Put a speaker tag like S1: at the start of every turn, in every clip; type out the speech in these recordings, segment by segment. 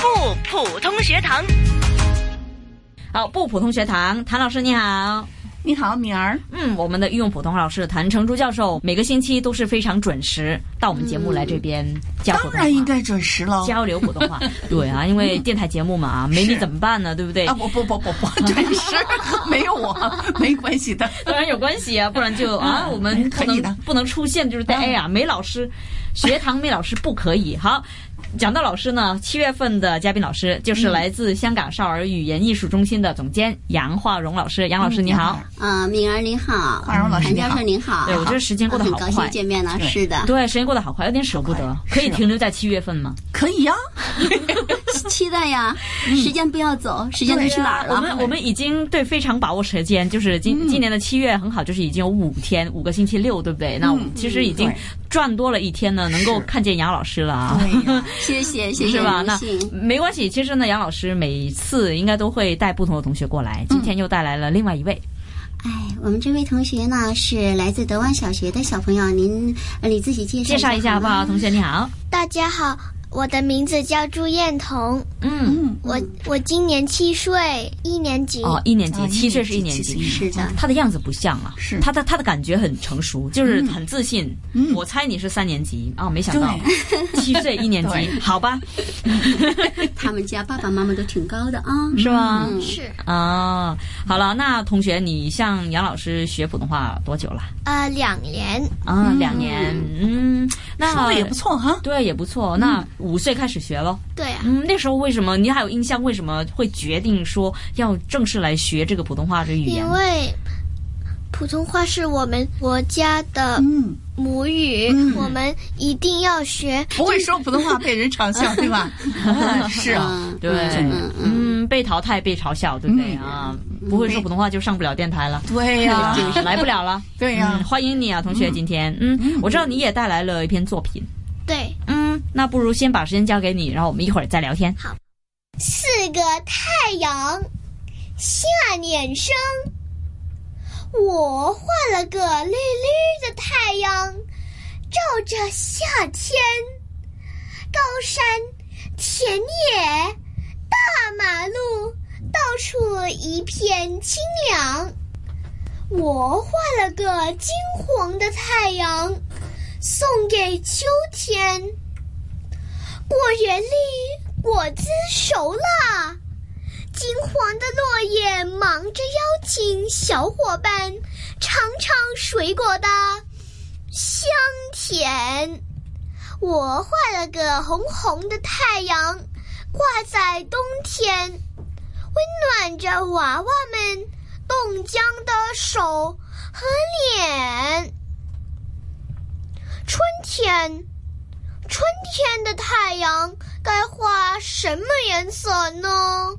S1: 普通学堂。
S2: 好，不普通学堂，谭老师你好。
S3: 你好，敏儿。
S2: 嗯，我们的御用普通话老师谭成珠教授每个星期都是非常准时到我们节目来这边教普
S3: 嗯当
S2: 通话，
S3: 然应该准时喽。
S2: 交流普通 话。对啊，因为电台节目嘛，没你怎么办呢？对不对
S3: 啊，？不不不不不，准时没有我没关系的。
S2: 当然有关系啊，不然 就啊，
S3: 嗯
S2: 我们不
S3: 可以的啊
S2: 能不能出现，就是在哎呀，梅老师，学堂梅老师不可以。好，讲到老师呢，七月份的嘉宾老师就是
S3: 嗯
S2: 来自香港少儿语言艺术中心的总监杨化荣老师。杨老师你
S3: 嗯
S2: 好，嗯
S4: 呃，敏儿您好，
S3: 华荣老师
S4: 谭
S3: 你
S4: 教
S3: 好
S4: 授您好，
S2: 对我觉得时间过得
S4: 很
S2: 好
S4: 高
S2: 快
S4: 兴见面了，
S3: 对
S4: 是的，
S2: 对，时间过得好快，有点舍不得
S3: 好。快
S2: 可以
S3: 是啊
S2: 停留在七月份吗？
S3: 可以啊呀、
S4: 期待呀，
S2: 嗯
S4: 时间不要走，时间都去哪儿
S2: 我
S4: 了？
S2: 们我们已经对非常把握时间，就是今今年的七月很好，就是已经有五天，五个星期六，对不对？那我们其实已经
S3: 对
S2: 赚多了一天呢，能够看见杨老师了啊。
S3: 对呀、
S4: 谢谢谢 谢，
S2: 是吧？
S4: 荣
S2: 那
S4: 幸。
S2: 没关系。其实呢，杨老师每次应该都会带不同的同学过来，今天又带来了另外一位。
S4: 哎，我们这位同学呢是来自德湾小学的小朋友，您呃你自己介绍
S2: 介绍一下好
S4: 好
S2: 不
S4: 吗
S2: 好？同学你好，
S5: 大家好，我的名字叫朱艳彤，
S2: 嗯，
S5: 我我今年七岁，一年级。
S2: 哦，一年级，
S3: 啊
S2: 七岁是一
S3: 一
S2: 年
S3: 年级七
S2: 级
S3: 岁。
S4: 是的，
S2: 他的样子不像啊，
S3: 是
S2: 他的他的感觉很成熟，就是很自信。
S3: 嗯
S2: 我猜你是三年级啊、没想到 七岁一年级，
S3: 对
S2: 好吧，
S4: 他们家爸爸妈妈都挺高的啊，
S2: 是吗？
S4: 嗯
S5: 是，
S2: 啊、好了，那同学，你向杨老师学普通话多久了？
S5: 呃，两年，
S2: 啊、两年，嗯，那
S3: 说的也不错嗯哈。
S2: 对，也不错。那五岁开始学咯。
S5: 对啊，
S2: 嗯，那时候为什么你还有印象？为什么会决定说要正式来学这个普通话这个语言
S5: 因？为普通话是我们国家的
S3: 嗯，
S5: 母语，我们一定要学。
S3: 不会说普通话被人嘲笑，对吧？是啊，
S4: 嗯，
S2: 对
S4: 嗯嗯，
S2: 嗯，被淘汰、被嘲笑，对不对
S3: 嗯
S2: 啊？不会说普通话就上不了电台了，
S3: 对呀、
S2: 来不了 了。
S3: 对呀、
S2: 嗯，欢迎你啊啊，同学，今天，嗯，我知道你也带来了一篇作品，
S5: 对，
S2: 嗯，那不如先把时间交给你，然后我们一会儿再聊天。
S5: 四个太阳，下脸生。我画了个绿绿的太阳，照着夏天。高山、田野、大马路，到处一片清凉。我画了个金黄的太阳，送给秋天。果园里果子熟了，金黄的落叶忙着邀请小伙伴尝尝水果的香甜。我画了个红红的太阳，挂在冬天，温暖着娃娃们冻僵的手和脸。春天。春天的太阳该画什么颜色呢？哦，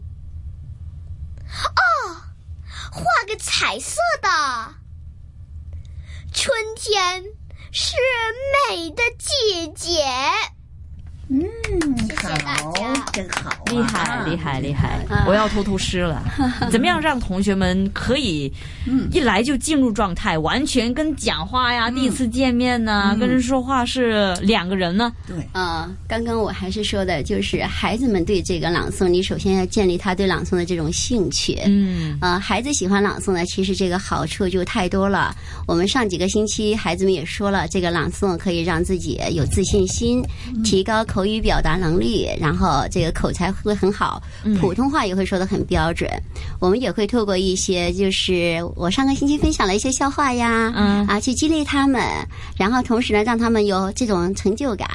S5: 画个彩色的。春天是美的季节。
S3: 谢
S5: 谢大家
S3: 真好啊、
S2: 嗯厉害，厉害，厉害！我要偷偷师 了。怎么样让同学们可以一来就进入状态，完全跟讲话呀、第一次见面呢、跟人说话是两个人呢？
S3: 对，
S4: 呃，刚刚我还是说的，就是孩子们对这个朗诵，你首先要建立他对朗诵的这种兴趣，
S2: 嗯，
S4: 嗯呃，孩子喜欢朗诵呢，其实这个好处就太多了。我们上几个星期孩子们也说了，这个朗诵可以让自己有自信心，提高口语表达能力，然后这个口才会很好，普通话也会说得很标准。我们也会透过一些，就是我上个星期分享了一些笑话呀，
S2: 嗯
S4: 啊，去激励他们，然后同时呢，让他们有这种成就感。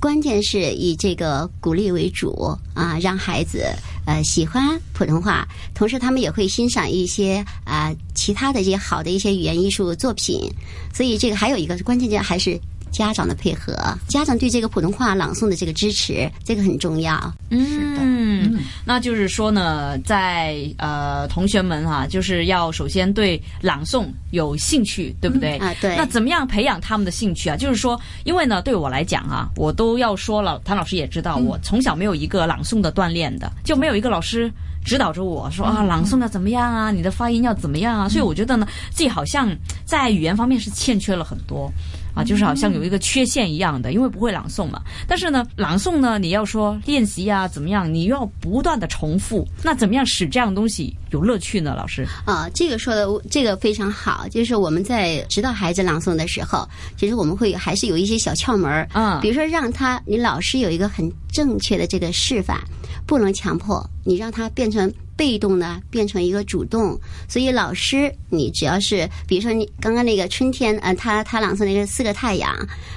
S4: 关键是以这个鼓励为主啊，让孩子呃喜欢普通话，同时他们也会欣赏一些啊、其他的这些好的一些语言艺术作品。所以这个还有一个关键点还是家长的配合，家长对这个普通话朗诵的这个支持，这个很重要。
S2: 嗯，那就是说呢，在呃，同学们哈、就是要首先对朗诵有兴趣，对不对？
S4: 嗯啊对
S2: 哎那怎么样培养他们的兴趣啊？就是说，因为呢，对我来讲啊，我都要说了，谭老师也知
S4: 嗯
S2: 道，我从小没有一个朗诵的锻炼的，就没有一个老师。指导着我
S4: 嗯
S2: 说啊，朗诵要怎么样啊？你的发音要怎么样啊？所以我觉得呢，自己好像在语言方面是欠缺了很多。啊，
S4: 嗯
S2: 就是好像有一个缺陷一样的，因为不会朗诵嘛。但是呢，朗诵呢，你要说练习啊，怎么样，你要不断的重复，那怎么样使这样东西有乐趣呢？老师，
S4: 啊，这个说的这个非常好，就是我们在指导孩子朗诵的时候，其实我们会还是有一些小窍门儿，
S2: 嗯
S4: 啊比如说让他，你老师有一个很正确的这个示范，不能强迫你让他变成被动的，变成一个主动。所以老师，你只要是，比如说你刚刚那个春天，呃，他他朗诵那个四个太阳，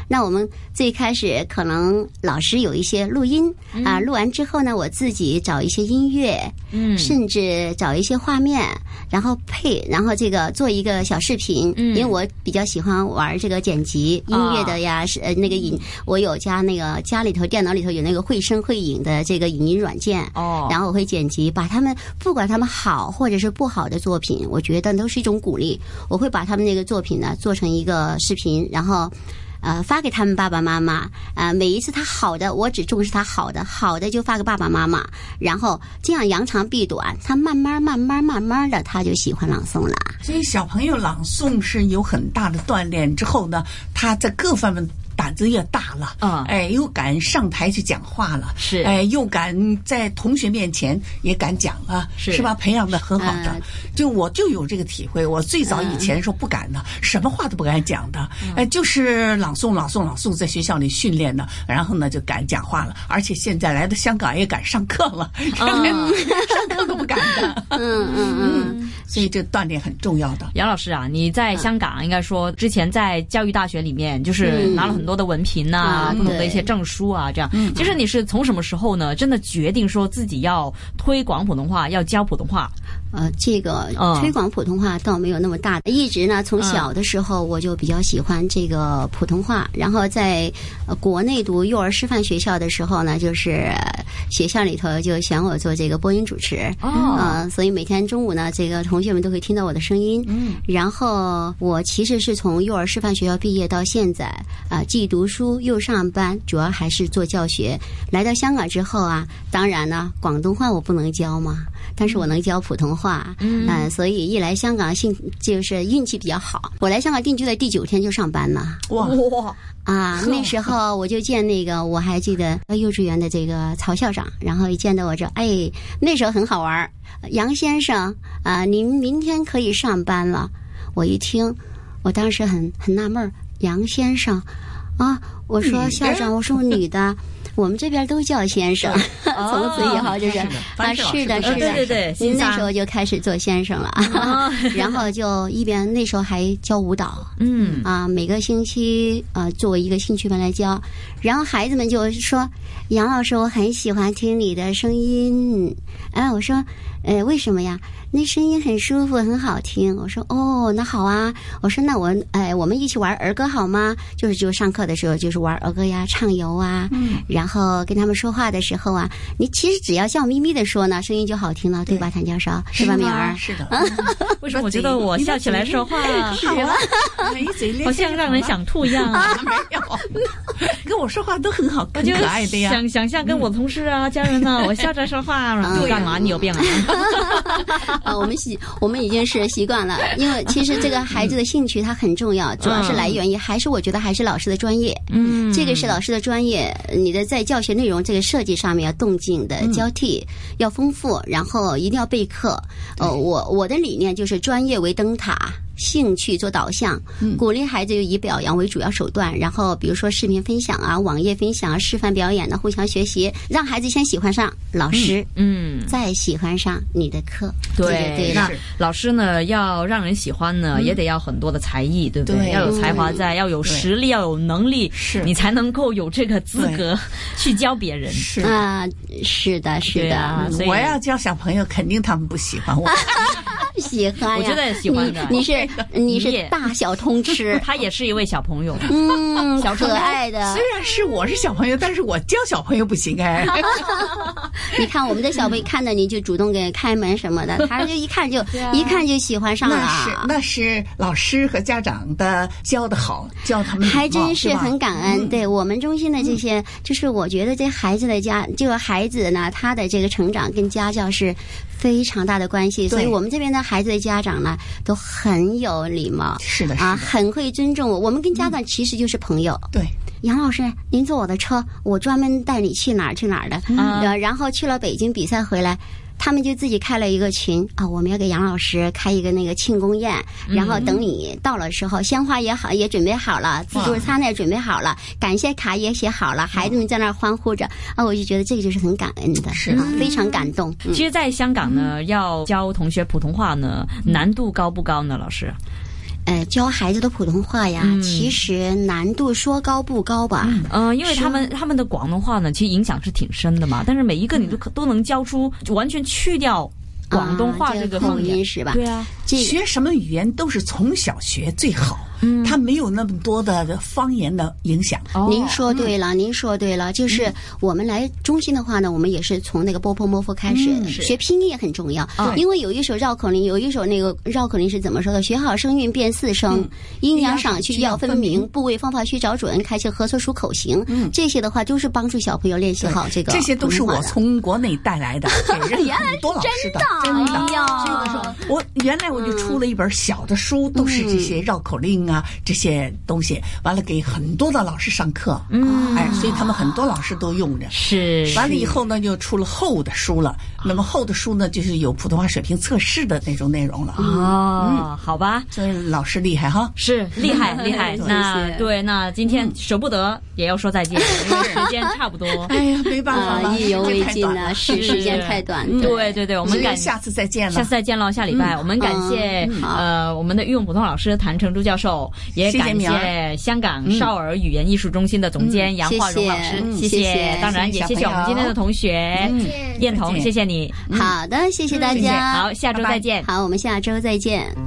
S4: 那我们最开始可能老师有一些录音啊、录完之后呢，我自己找一些音乐，
S2: 嗯
S4: 甚至找一些画面，然后配，然后这个做一个小视频，因为我比较喜欢玩这个剪辑音乐的呀，是呃那个影，我有加那个家里头电脑里头有那个绘声绘影的这个影音软件，
S2: 哦
S4: 然后我会剪辑，把他们不管他们好或者是不好的作品，我觉得都是一种鼓励，我会把他们那个作品呢做成一个视频，然后。呃，发给他们爸爸妈妈。呃，每一次他好的，我只重视他好的，好的就发给爸爸妈妈。然后这样扬长避短，他慢慢、慢慢、慢慢的，他就喜欢朗诵了。
S3: 所以小朋友朗诵是有很大的锻炼，之后呢，他在各方面胆子也大了，
S2: 嗯
S3: 哎，又敢上台去讲话了，
S2: 是
S3: 哎，又敢在同学面前也敢讲了，
S2: 是
S3: 吧？培养的很好的，
S4: 嗯
S3: 就我就有这个体会，我最早以前说不敢呢，什么话都不敢讲的，哎，就是朗诵、朗诵、朗诵，在学校里训练的，然后呢就敢讲话了，而且现在来到香港也敢上课了，连上课都不敢的，
S4: 嗯嗯嗯，
S3: 所以这锻炼很重要的。
S2: 杨老师啊，你在香港应该说之前在教育大学里面，就是拿了很多的文凭呐、
S4: 嗯
S2: 不同的
S4: 对
S2: 一些证书啊，这样。其实你是从什么时候呢？真的决定说自己要推广普通话，要教普通话？
S4: 呃，这个
S2: 嗯
S4: 推广普通话倒没有那么大的，一直呢，从小的时候我就比较喜欢这个普通话。然后在呃国内读幼儿师范学校的时候呢，就是呃学校里头就选我做这个播音主持。
S2: 哦，
S4: 呃，所以每天中午呢，这个同学们都会听到我的声音。嗯，然后我其实是从幼儿师范学校毕业到现在啊、既读书又上班，主要还是做教学。来到香港之后啊，当然呢，广东话我不能教嘛，但是我能教普通话。嗯、所以一来香港幸就是运气比较好，我来香港定居的第九天就上班了。
S3: 哇，
S2: 哇，
S4: 啊，那时候我就见那个，我还记得呃幼稚园的这个曹校长，然后一见到我这，哎，那时候很好玩儿，杨先生啊，您明天可以上班了。我一听，我当时很很纳闷儿，杨先生啊，我说校长，我说我女的，我们这边都叫先生，从此以后就是
S3: 是的
S4: 啊，
S3: 凡是老
S4: 是
S3: 师
S4: 的，
S3: 都
S2: 呃
S4: 是
S3: 是
S2: 对
S3: 这，
S4: 的
S2: 对对，啊
S4: 您
S2: 新
S4: 那
S2: 三
S4: 时候就开始做先生了，
S2: 哦
S4: 然后就一边那时候还教舞蹈。
S2: 嗯，
S4: 啊，每个星期呃作为一个兴趣班来教，然后孩子们就说：“杨老师，我很喜欢听你的声音。”哎，我说：“呃，为什么呀？那声音很舒服，很好听。”我说：“哦，那好啊。”我说：“那我哎，我们一起玩儿歌好吗？就是就上课的时候就是玩儿歌呀，唱游啊，嗯，然后跟他们说话的时候啊，你其实只要笑眯眯的说呢，声音就好听了，对吧，谭教授？对吧，
S3: 是
S4: 敏
S3: 吗
S4: 儿？
S3: 是的，
S2: 为什么我觉得我笑起来说话
S3: 好啊，没嘴咧，
S2: 好像让人想吐一样 啊？
S3: 没有，跟我说话都很好，
S2: 我
S3: 很
S2: 就
S3: 可爱的呀。
S2: 想想象跟我同事啊、家人呢，我笑着说话，你干嘛？你有病啊？
S4: 啊，我们习我们已经是习惯了，因为其实这个孩子的兴趣它很重要，主要是来源于还是我觉得还是老师的专业，
S2: 嗯，
S4: 这个是老师的专业，你的在教学内容这个设计上面要动静的
S2: 嗯
S4: 交替，要丰富，然后一定要备课。呃，我我的理念就是专业为灯塔。兴趣做导向，
S2: 嗯
S4: 鼓励孩子以表扬为主要手段，然后比如说视频分享啊、网页分享啊、示范表演呢、互相学习，让孩子先喜欢上老师，
S2: 嗯。
S4: 再喜欢上你的课，这就对嗯了
S2: 那。老师呢，要让人喜欢呢，也得要很多的才艺，对不
S3: 对
S2: 要有才华在，要有实力，要有能力，
S3: 是
S2: 你才能够有这个资格 去教别人。
S3: 是
S4: 啊，是的，是
S2: 对
S4: 的，
S2: 啊，所以
S3: 我要教小朋友，肯定他们不喜欢我。
S4: 啊喜欢呀，
S2: 我觉得喜欢的
S4: 你你是你
S2: 你
S4: 是
S2: 也
S4: 大小
S2: ，
S4: 通吃
S2: 他也是一位小朋友，
S4: 嗯，
S2: 小
S4: 可
S2: 朋友
S4: 爱的
S3: 虽。然是我是小朋友，但是我教小朋友不行 哎。
S4: 你看我们的小贝看到你就主动给开门什 么的，他就一看就
S2: 啊
S4: 一看就喜欢上
S3: 那是
S4: 了。
S3: 那是老师和家长的教的好，教他们礼貌
S4: 还真是
S3: 对吧
S4: 很感
S2: 嗯
S4: 恩，对我们中心的这些，就是我觉得这孩子的家，这个孩子呢，他的这个成长跟家教是非常大的关系，所以我们这边呢，在孩子的家长呢都很有礼貌，
S3: 是的，是
S4: 啊，
S3: 的，
S4: 很会尊重我。我们跟家长其实就是朋
S2: 嗯
S4: 友。
S3: 对，
S4: 杨老师，您坐我的车，我专门带你去哪儿去哪儿的。
S2: 嗯
S4: 然后去了北京比赛回来。他们就自己开了一个群啊，我们要给杨老师开一个那个庆功宴，
S2: 嗯
S4: 然后等你到了时候，鲜花也好也准备好了，自助餐也准备好了，感谢卡也写
S2: 嗯
S4: 好了，孩子们在那儿欢呼着啊，我就觉得这个就是很感恩的，
S3: 是
S4: 啊，非常感动。嗯
S2: 其实，在香港呢，要教同学普通话呢，
S4: 嗯
S2: 难度高不高呢？老师，
S4: 呃，教孩子的普通话呀，
S2: 嗯
S4: 其实难度说高不高吧？
S2: 嗯，因为
S4: 啊
S2: 他们他们的广东话呢，其实影响是挺深的嘛。但是每一个
S4: 嗯
S2: 你都可都能教出，就完全去掉广东话
S4: 啊
S2: 这
S4: 这
S2: 个
S4: 口
S2: 方言
S4: 音，是吧？
S2: 对啊，
S4: 这个
S3: 学什么语言都是从小学最好，嗯，它没有那么多的方言的影响。
S2: 哦
S4: 您说对了，您说对了，就是我们来中心的话呢，我们也是从那个波波摩佛开始、
S2: 是
S4: 学拼音也很重要，
S2: 对
S4: 因为有一首绕口令，有一首那个绕口令是怎么说的？学好声韵辨四声，阴阳赏去要分
S3: 阴阳
S4: 明，部位方法须找准，开窍合错属口型。这些的话都是帮助小朋友练习好这个
S3: 这些都是
S4: 普
S3: 我
S4: 通话的
S3: 从国内带来的，给人很多老师的，真的。
S4: 哎呀
S3: 我原来我就出了一本小的书，都是这些绕口令啊，这些东西。完了，给很多的老师上课，
S4: 哦
S2: 嗯
S3: 哎，所以他们很多老师都用着。
S2: 是
S3: 完了以后呢，就出了厚的书了。那么厚的书呢，就是有普通话水平测试的那种内容了。
S2: 哦，好吧。
S3: 所以老师厉害哈。
S2: 是厉害厉害，
S4: 谢谢
S2: 那对那今天舍不得也要说再见，因为时间差不多。
S3: 哎呀，没办法了，
S4: 啊，意犹未
S3: 太
S4: 尽
S3: 短
S4: 啊，
S3: 了
S4: 是时间
S2: 是
S4: 太短，
S2: 嗯对对对，我
S3: 我
S2: 们感
S3: 们下次再见了，
S2: 下次再见喽，下礼拜、我们感谢、
S4: 嗯好
S2: 呃我们的御用普通老师谭成珠教授，也
S3: 谢谢
S2: 感
S3: 敏
S2: 谢
S3: 儿
S2: 香港少儿语言艺术中心的总监杨化荣老师，
S4: 嗯
S2: 谢
S4: 谢谢嗯谢谢
S2: 当然
S3: 谢谢
S2: 也谢谢
S3: 小
S2: 我
S3: 朋
S2: 们
S3: 友
S2: 今天的同学
S3: 嗯
S5: 见
S2: 燕彤，
S3: 再见
S2: 谢谢你，
S4: 嗯好的，谢谢大
S3: 谢谢
S4: 家。
S2: 好，下周
S3: 拜拜
S2: 再见。
S4: 好，我们下周再见。